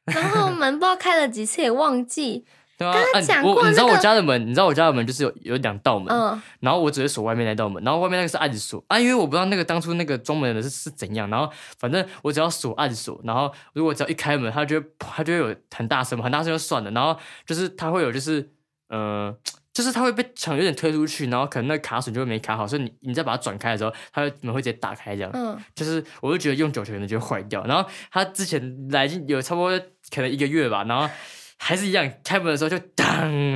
S1: 然后 门不知道开了几次也忘记。
S2: 对啊，
S1: 刚刚
S2: 啊你
S1: 讲
S2: 我
S1: 过
S2: 你知道
S1: 那
S2: 我
S1: 个
S2: 家的门，你知道我家的门就是有有两道门，
S1: 嗯，
S2: 然后我只会锁外面那道门，然后外面那个是暗锁啊，因为我不知道那个当初那个装门的人是是怎样，然后反正我只要锁暗锁，然后如果只要一开门，他就会他就会有很大声嘛，很大声就算了，然后就是他会有就是呃，就是他会被墙有点推出去，然后可能那个卡榫就会没卡好，所以你你再把它转开的时候，它会门会直接打开这样，
S1: 嗯，
S2: 就是我就觉得用久可能就会坏掉。然后他之前来有差不多可能一个月吧，然后还是一样，开门的时候就当，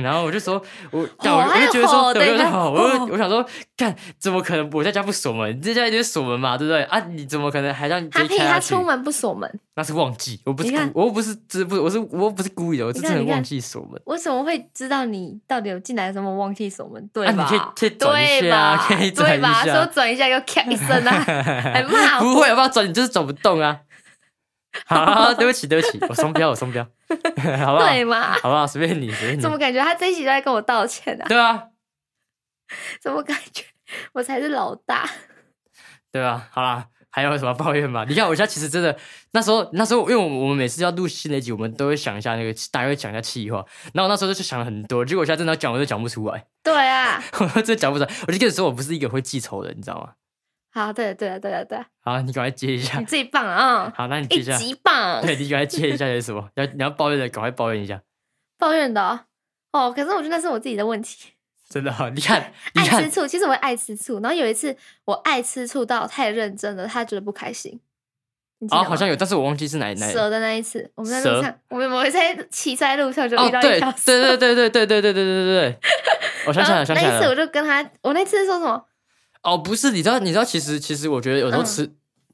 S2: 然后我就说，我干我就
S1: 哦还
S2: 我
S1: 有
S2: 就觉得说，
S1: 吼
S2: 对，我
S1: 对哦
S2: 就
S1: 还
S2: 吼我就
S1: 吼
S2: 我想说，干怎么可能我在家不锁门？你在家一定锁门嘛，对不对？啊，你怎么可能还让你
S1: 他
S2: 直
S1: 屁，
S2: 接开下
S1: 他
S2: 去
S1: 出？门不锁门，
S2: 那是忘记，我不是
S1: 你看
S2: 故，我又不是，这不是，我是我又不是故意的，我是
S1: 你看
S2: 真的
S1: 你看
S2: 忘记锁门。
S1: 我怎么会知道你到底有进来什么忘记锁门？对
S2: 啊
S1: 吧？
S2: 你可以可以转一
S1: 对
S2: 下啊
S1: 吧？
S2: 可以转
S1: 对
S2: 一
S1: 吧？
S2: 下
S1: 说转一下又咔一声 啊，还骂我
S2: 不会，好不好？转你就是转不动 啊。好，对不起，对不起，我双标，我双标， 好不好？
S1: 对吗？
S2: 好不好？随便你，随便你
S1: 怎。么感觉他这一集都在跟我道歉 啊？
S2: 对啊，
S1: 怎么感觉我才是老 大？
S2: 对啊，好啦，还有什么抱怨吗？你看我现在其实真的，那时候那时候，因为我们我们每次要录新的一集，我们都会想一下那个，大概会想一下气话。然后我那时候就想了很多，结果我现在真的要讲，我都讲不出来，
S1: 对啊，
S2: 我真的讲不出来。我就跟你说，我不是一个会记仇的人，你知道吗？
S1: 好，对了对了对了对了，
S2: 好，你赶快接一下
S1: 你。最棒了啊、
S2: 好，那你接
S1: 一
S2: 一下。
S1: 级棒，
S2: 对，你赶快接一下是什么？你要你要抱怨的，赶快抱怨一下。
S1: 抱怨的哦哦，可是我觉得那是我自己的问题。
S2: 真的、哦，你看，你
S1: 爱吃
S2: 看，
S1: 醋，其实我会爱吃醋。然后有一次我爱吃醋到太认真了，他觉得不开心。你记得
S2: 啊、
S1: 吗
S2: 好像有，但是我忘记是哪哪。
S1: 蛇的那一次，我们在
S2: 蛇
S1: 路上，我们我们在骑在路上就
S2: 哦
S1: 遇，到一
S2: 对
S1: 条蛇。
S2: 对对对对对对对对对对对，我想起来了，想
S1: 然后那
S2: 起来
S1: 一次我
S2: 了。
S1: 就跟他，我那次是说什么？
S2: 哦，不是，你知道，你知道，其实其实，我觉得有时候
S1: 嗯
S2: 吃、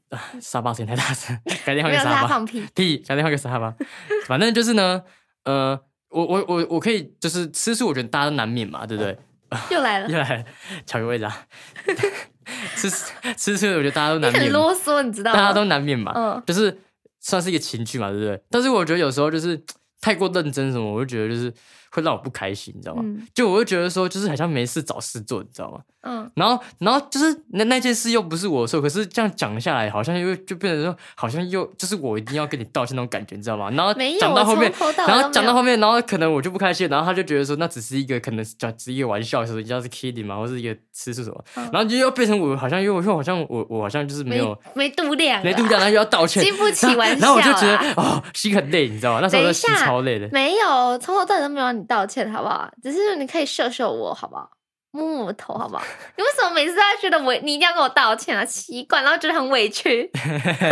S2: 啊沙巴声音太大声，改天换
S1: 没
S2: 个
S1: 有，是
S2: 沙
S1: 他
S2: 巴，
S1: 放屁。
S2: 屁，改天换个沙巴。反正就是呢，呃，我我我我可以就是吃素，我觉得大家都难免嘛，对不对？
S1: 又来了，
S2: 又来抢个位置啊！ 吃吃素，我觉得大家都
S1: 你
S2: 难
S1: 很
S2: 免嘛，
S1: 啰嗦，你知道
S2: 大
S1: 吗？
S2: 家都难免嘛。
S1: 嗯，
S2: 就是算是一个情趣嘛，对不对？但是我觉得有时候就是太过认真什么，我就觉得就是会让我不开心，你知道吗？
S1: 嗯
S2: 就我会觉得说，就是好像没事找事做，你知道吗？
S1: 嗯，
S2: 然后，然后就是那那件事又不是我的错，可是这样讲下来，好像又就变成说，好像又就是我一定要跟你道歉那种感觉，你知道吗？然后
S1: 没有，
S2: 呃讲
S1: 我
S2: 到后
S1: 从
S2: 面，
S1: 头到
S2: 然
S1: 尾都
S2: 后
S1: 没
S2: 讲
S1: 有
S2: 到后面，然后可能我就不开心，然后他就觉得说那只是一个可能讲只是一个玩笑，说像是 kidding 嘛，或是一个吃是什么，
S1: 嗯
S2: 然后就又变成我好像又又好像我我好像就是没有
S1: 没没度量，
S2: 没度量，。然后又要道歉，
S1: 经不起
S2: 然后
S1: 玩
S2: 然后我就
S1: 笑
S2: 觉得
S1: 啊
S2: 哦，心很累，你知道吗？那时候我的
S1: 等一
S2: 心
S1: 下
S2: 超累的。
S1: 没有，从头到尾都没有让你道歉，好不好？只是你可以秀秀我，好不好？摸摸我头，好不好？ 你为什么每次都要觉得我你一定要跟我道歉啊？奇怪，然后觉得很委屈，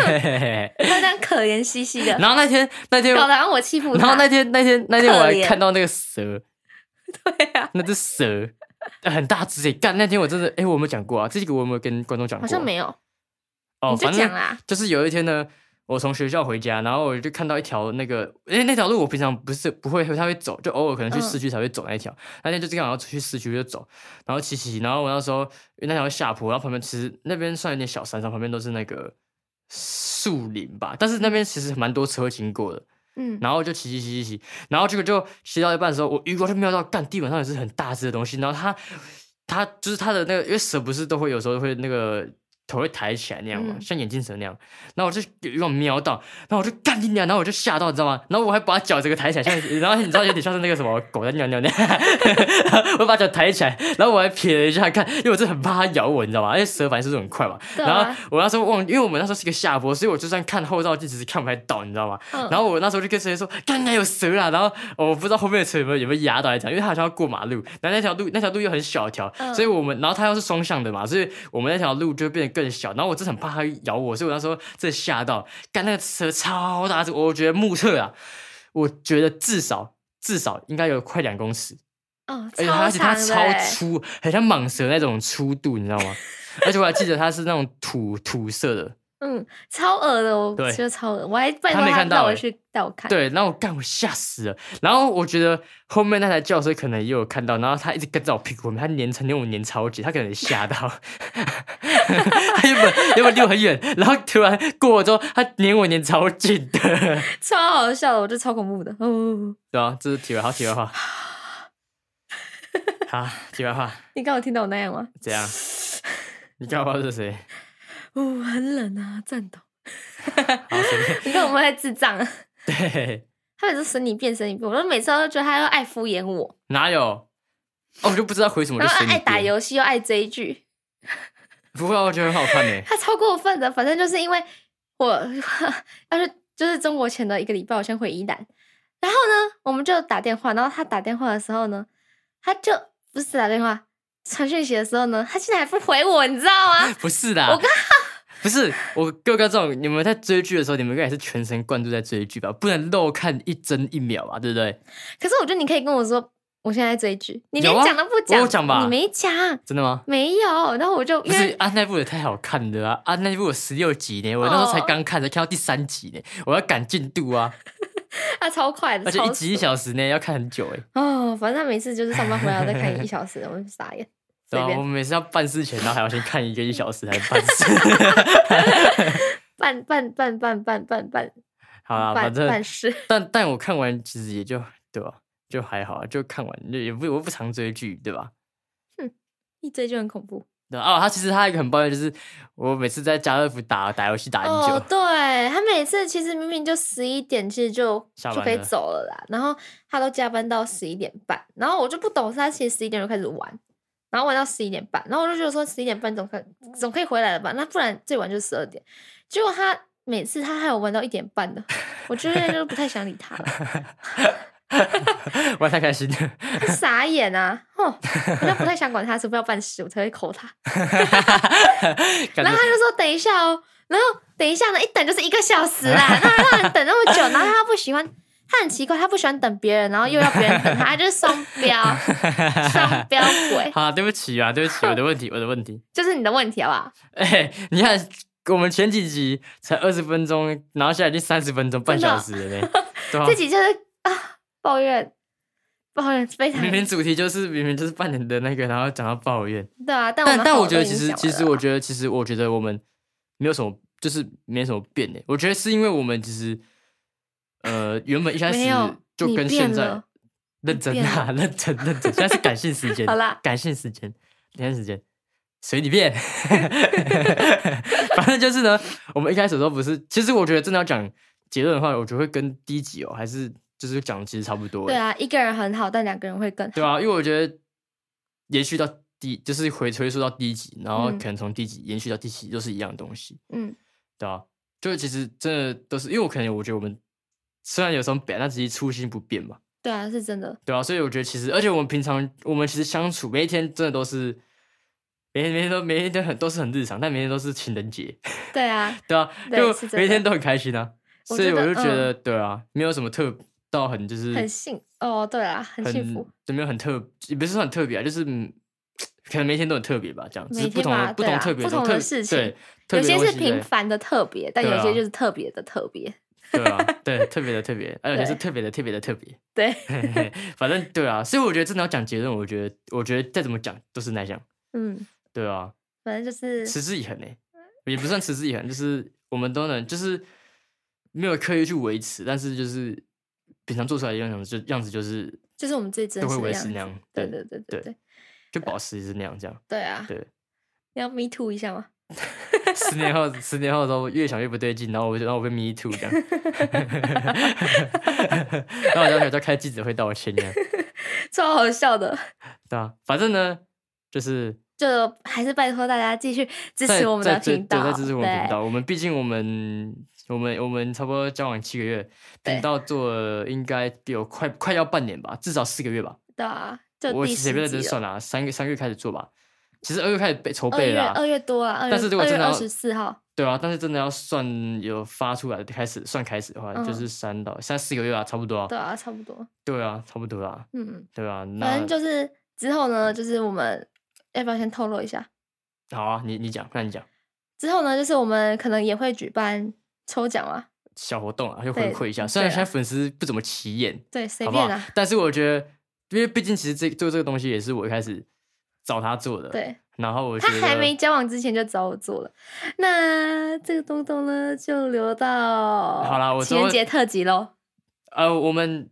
S1: 他这样可怜兮兮的，
S2: 然后 那天那天，
S1: 搞得
S2: 然
S1: 好像我欺负
S2: 后
S1: 他。
S2: 那天那天那天我
S1: 可
S2: 还
S1: 怜
S2: 看到那个蛇，
S1: 对啊，
S2: 那只蛇很大只诶，干那天我真的哎，我有没有讲过啊？这个我有没有跟观众讲过？
S1: 好像没有，
S2: 哦，
S1: 你就
S2: 反
S1: 讲啊
S2: 正
S1: 啦。
S2: 就是有一天呢，我从学校回家，然后我就看到一条那个，因为那条路我平常不是不会太会走，就偶尔可能去
S1: 嗯
S2: 市区才会走那一条。那天就是刚好去市区就走，然后骑骑，然后我那时候因为那条下坡，然后旁边其实那边算有点小山上，旁边都是那个树林吧，但是那边其实蛮多车经过的。
S1: 嗯，
S2: 然后就骑骑骑骑骑，然后这个就骑到一半的时候，我遇过就瞄到，干地板上也是很大只的东西，然后它它就是它的那个，因为蛇不是都会有时候会那个头会抬起来那样嘛，
S1: 嗯
S2: 像眼镜蛇那样，然后我就有一种瞄到，然后我就干你娘，然后我就吓到，你知道吗？然后我还把脚整个抬起来，像然后你知道有点像是那个什么狗在尿尿那样， 我把脚抬起来，然后我还瞥了一下看，因为我真的很怕它咬我，你知道吗？因为蛇反应速度很快嘛，
S1: 对
S2: 然
S1: 啊
S2: 后我那时候忘，因为我们那时候是一个下坡，所以我就算看后照镜，只是看不太到，你知道吗？
S1: 嗯
S2: 然后我那时候就跟谁说，刚才有蛇啦，然后哦我不知道后面的车有没有有没有压到来讲，因为他好像要过马路，然后那条路那条路又很小条，
S1: 嗯
S2: 所以我们然后它又是双向的嘛，所以我们那条路就变得更小，然后我真的很怕它咬我，所以我那时候真的吓到，干那个蛇超大只，我觉得目测啊，我觉得至少至少应该有快两公尺，
S1: 哦，
S2: 而且它而
S1: 超
S2: 且它
S1: 长的
S2: 超
S1: 欸，
S2: 粗，很像蟒蛇那种粗度，你知道吗？而且我还记得它是那种土土色的，
S1: 嗯，超恶的，我
S2: 对
S1: 觉得超恶，我还拜
S2: 他
S1: 托
S2: 没
S1: 他
S2: 看
S1: 带
S2: 到
S1: 我
S2: 欸
S1: 去带我看，，
S2: 对，然后我干我吓死了，然后我觉得后面那台轿车可能也有看到，然后他一直跟在我屁股后面，他粘成连我粘超级，他可能也吓到， 他原本原本离我很远，然后突然过了之后，他粘我粘超紧的，
S1: 超好笑的，我觉得超恐怖的，哦，
S2: 对啊，这是题外话，题外话， 好，题外话，
S1: 你刚有听到我那样吗？
S2: 怎样？你干嘛是谁？
S1: 哦，很冷啊，颤抖，
S2: 好，随便，
S1: 你看我们在智障啊，
S2: 对，
S1: 他每次损你变损你变，我都每次都觉得他又爱敷衍我，
S2: 哪有？哦，我就不知道回什么，
S1: 然
S2: 就
S1: 后
S2: 随你
S1: 爱打
S2: 便，
S1: 游戏又爱追剧，
S2: 不会啊，我觉得很好看呢。
S1: 他超过分的。反正就是因为我 要是就是中国前的一个礼拜，我先回宜兰，然后呢，我们就打电话，然后他打电话的时候呢，他就不是打电话传讯息的时候呢，他竟然还不回我，你知道吗？
S2: 不是啦，
S1: 我刚
S2: 不是我各位观众，你们在追剧的时候，你们应该也是全神贯注在追剧吧？不能漏看一帧一秒吧，对不对？
S1: 可是我觉得你可以跟我说，我现在在追剧，你连
S2: 有啊
S1: 讲都不
S2: 我
S1: 讲，
S2: 有讲吧
S1: 你没讲，
S2: 真的吗？
S1: 没有。然后我就
S2: 不
S1: 因
S2: 是
S1: 为
S2: 啊，那部也太好看了啊！啊，那部有十六集呢，我那时候才刚看，
S1: 哦
S2: 才看到第三集呢，我要赶进度啊！
S1: 他超快的，
S2: 而且
S1: 超
S2: 一集一
S1: 速
S2: 小时呢，要看很久哎。
S1: 哦，反正他每次就是上班回来我再看一小时，我就傻眼。随
S2: 对啊，
S1: 便
S2: 我每次要办事前，然后还要先看一个一小时才办事。
S1: 办办办办办办办
S2: 好啦，
S1: 办
S2: 反正
S1: 办事，
S2: 但但我看完其实也就对吧，就还好，啊就看完就也不我不常追剧，对吧？
S1: 一追就很恐怖。
S2: 对啊，哦他其实他还有一个很抱怨，就是我每次在家乐福打打游戏打很久，
S1: 哦，对他每次其实明明就十一点，其实就
S2: 下
S1: 就
S2: 班
S1: 可以
S2: 了
S1: 走了啦。然后他都加班到十一点半，然后我就不懂，他其实十一点就开始玩，然后玩到十一点半，然后我就觉得说十一点半总可总可以回来了吧？那不然最晚就十二点。结果他每次他还有玩到一点半的，我就现在就不太想理他了，
S2: 玩太开心 了。
S1: 傻眼啊！哼，我就不太想管他，除非要办事，我才会扣他。
S2: 感
S1: 然
S2: 觉
S1: 后他就说等一下哦，然后等一下呢，一等就是一个小 时啦，那让人等那么久，然后他不喜欢，他很奇怪，他不喜欢等别人，然后又要别人等他，他就是双 标，双标鬼，
S2: 好，对不起啊，对不起，我的问题，我的问题。
S1: 就是你的问题好不好？
S2: 哎、你看我们前几集才二十分钟，然后现在已经三十分钟，半小时了 呢。对吧
S1: 啊这？集就是啊，抱怨，抱怨非常
S2: 明明主题就是明明就是半年的那个，然后讲到抱怨。
S1: 对啊，但我
S2: 但
S1: 们
S2: 但
S1: 好
S2: 我觉得
S1: 都已
S2: 其实
S1: 经讲
S2: 其
S1: 完
S2: 实
S1: 了
S2: 我
S1: 啦
S2: 觉得其实我觉得我们没有什么，就是没什么变诶。我觉得是因为我们其实呃原本一开始
S1: 没有
S2: 就
S1: 你
S2: 跟
S1: 变
S2: 现在
S1: 了
S2: 认真
S1: 变
S2: 啊，认真认真，现在是感性时间，
S1: 好啦
S2: 感性时间，感性时间。随你便， 反正就是呢，我们一开始都不是。其实我觉得真的要讲结论的话，我觉得会跟第一集哦，还是就是讲其实差不多。
S1: 对啊，一个人很好，但两个人会更好
S2: 对啊，因为我觉得延续到第，就是回推溯到第一集，然后
S1: 嗯
S2: 可能从第一集延续到第七集都是一样的东西，
S1: 嗯，
S2: 对啊，就其实真的都是，因为我可能我觉得我们虽然有时候变，但其实初心不变嘛，
S1: 对啊，是真的，
S2: 对啊，所以我觉得其实，而且我们平常我们其实相处每一天真的都是。每天每天都每天都很都是很日常，但每天都是情人节，
S1: 对啊，
S2: 对啊，
S1: 对
S2: 就是
S1: 真的
S2: 每天都很开心啊，
S1: 我
S2: 所以
S1: 觉
S2: 我
S1: 得嗯
S2: 就觉得、对啊，没有什么特到很就是
S1: 很幸哦，对啊，很幸福，，
S2: 就没有很特，也不是说很特别啊，就是嗯可能每一天都很特别吧，这样，只是
S1: 每
S2: 不
S1: 天
S2: 同
S1: 吧
S2: 的不
S1: 对
S2: 同
S1: 啊
S2: 特别
S1: 不
S2: 的
S1: 同
S2: 特
S1: 的事情
S2: 对，特
S1: 有
S2: 别
S1: 些
S2: 的
S1: 是
S2: 东西
S1: 平，凡的特别，但
S2: 对
S1: 有些
S2: 啊
S1: 就是特别的特别，
S2: 对对 啊，对，特别的特别，而且是
S1: 对
S2: 特别的特别的特别，
S1: 对，
S2: 嘿嘿反正对啊，所以我觉得真的要讲结论，我觉得我觉得再怎么讲都是那样，
S1: 嗯，
S2: 对啊，
S1: 反正就是
S2: 持之以恒诶、也不算持之以恒，就是我们都能就是没有刻意去维持，但是就是平常做出来的样子就样子就是
S1: 就是我们最真
S2: 都会
S1: 实的
S2: 维
S1: 样
S2: 持
S1: 子
S2: 那样，
S1: 对对对对
S2: 对
S1: 对
S2: 就保持是那样这样。
S1: 对啊！
S2: 对，
S1: 你要 me too 一下吗？
S2: 十年后，十年后的时候越想越不对劲，然后我就然后我被 me too 这样， 然后我就想就开记者会道歉这样，
S1: 超好笑的，
S2: 对啊，反正呢就是
S1: 就还是拜托大家继续支
S2: 在
S1: 持我们的
S2: 在追
S1: 频道，
S2: 对，在支持我们频
S1: 对
S2: 道，我们毕竟我们我们我们差不多交往七个月，
S1: 对
S2: 频道做了应该有快快要半年吧，至少四个月吧，
S1: 对啊，就
S2: 我
S1: 第
S2: 随
S1: 十
S2: 便认
S1: 集
S2: 真啊
S1: 了，
S2: 算啦，三个三个月开始做吧，其实二月开始备筹
S1: 二
S2: 备
S1: 月
S2: 啦，
S1: 二月多啊，二
S2: 但是如
S1: 月
S2: 果
S1: 二
S2: 真
S1: 月
S2: 的要
S1: 二十四号，
S2: 对啊，但是真的要算有发出来的开始算开始的话，
S1: 嗯
S2: 就是三到三四个月啊，差不多啊。
S1: 对啊，差不多，
S2: 对啊，差不多啦，
S1: 嗯，
S2: 对啊。那
S1: 反正就是之后呢，就是我们要不要先透露一下？
S2: 好啊，你你讲，那你讲
S1: 之后呢，就是我们可能也会举办抽奖啊，
S2: 小活动啊，就回
S1: 对
S2: 馈一下。虽然
S1: 对啊
S2: 现在粉丝不怎么起眼，
S1: 对，随
S2: 好不
S1: 便
S2: 好
S1: 啊，？
S2: 但是我觉得，因为毕竟其实这做这个东西也是我一开始找他做的，。
S1: 对。
S2: 然后我觉
S1: 他
S2: 得
S1: 还没交往之前就找我做了，那这个东东呢，就留到
S2: 好啦我
S1: 情
S2: 之
S1: 人
S2: 后
S1: 节特辑喽。
S2: 呃，我们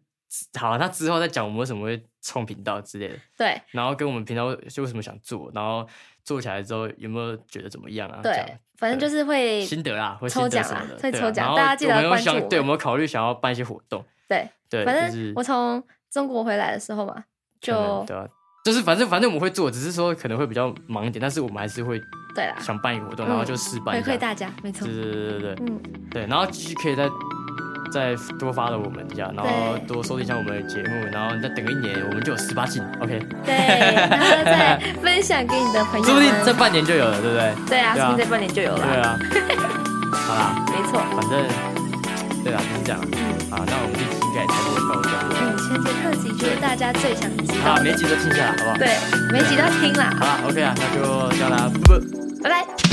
S2: 好，那之后再讲我们为什么会冲频道之类的，
S1: 对，
S2: 然后跟我们频道就为什么想做，然后做起来之后有没有觉得怎么样啊？这样
S1: 对，反正就是会
S2: 心得啦，或
S1: 抽
S2: 心得
S1: 奖
S2: 什
S1: 啦
S2: 么的，
S1: 会
S2: 对啊
S1: 抽奖
S2: 然后
S1: 大家记得
S2: 我们有
S1: 关注
S2: 想
S1: 我们
S2: 对，我们考虑想要办一些活动，
S1: 对，
S2: 对，
S1: 反
S2: 就
S1: 正
S2: 是
S1: 我从中国回来的时候嘛，
S2: 可能
S1: 就
S2: 对啊，就是反正反正我们会做，只是说可能会比较忙一点，但是我们还是会
S1: 对啊啦，
S2: 想办一个活动，然后就试办
S1: 回
S2: 一下
S1: 馈，大家，没错
S2: 对，对对对对
S1: 嗯，
S2: 对，然后继续可以再再多发了我们一下，然后
S1: 对
S2: 多收听一下我们的节目，然后再等一年我们就有十八禁，OK，
S1: 对，啊然后再 分享给你的朋友
S2: 说不定这
S1: 们。
S2: 半年就有了，对不对？
S1: 对啊，
S2: 对
S1: 说
S2: 啊
S1: 不定这半年就有
S2: 对
S1: 了，
S2: 啊， 好啦，
S1: 没错。
S2: 反正对啊，就是这样
S1: 嗯
S2: 啊，那我们这期应该也差不多告一段落。
S1: 嗯，情人节特辑就是大家最想知道
S2: 好，
S1: 的
S2: 每，集都听下来，好不好？
S1: 对，每集都听啦，
S2: 好了，OK 啊，那就叫大家不。
S1: 拜拜。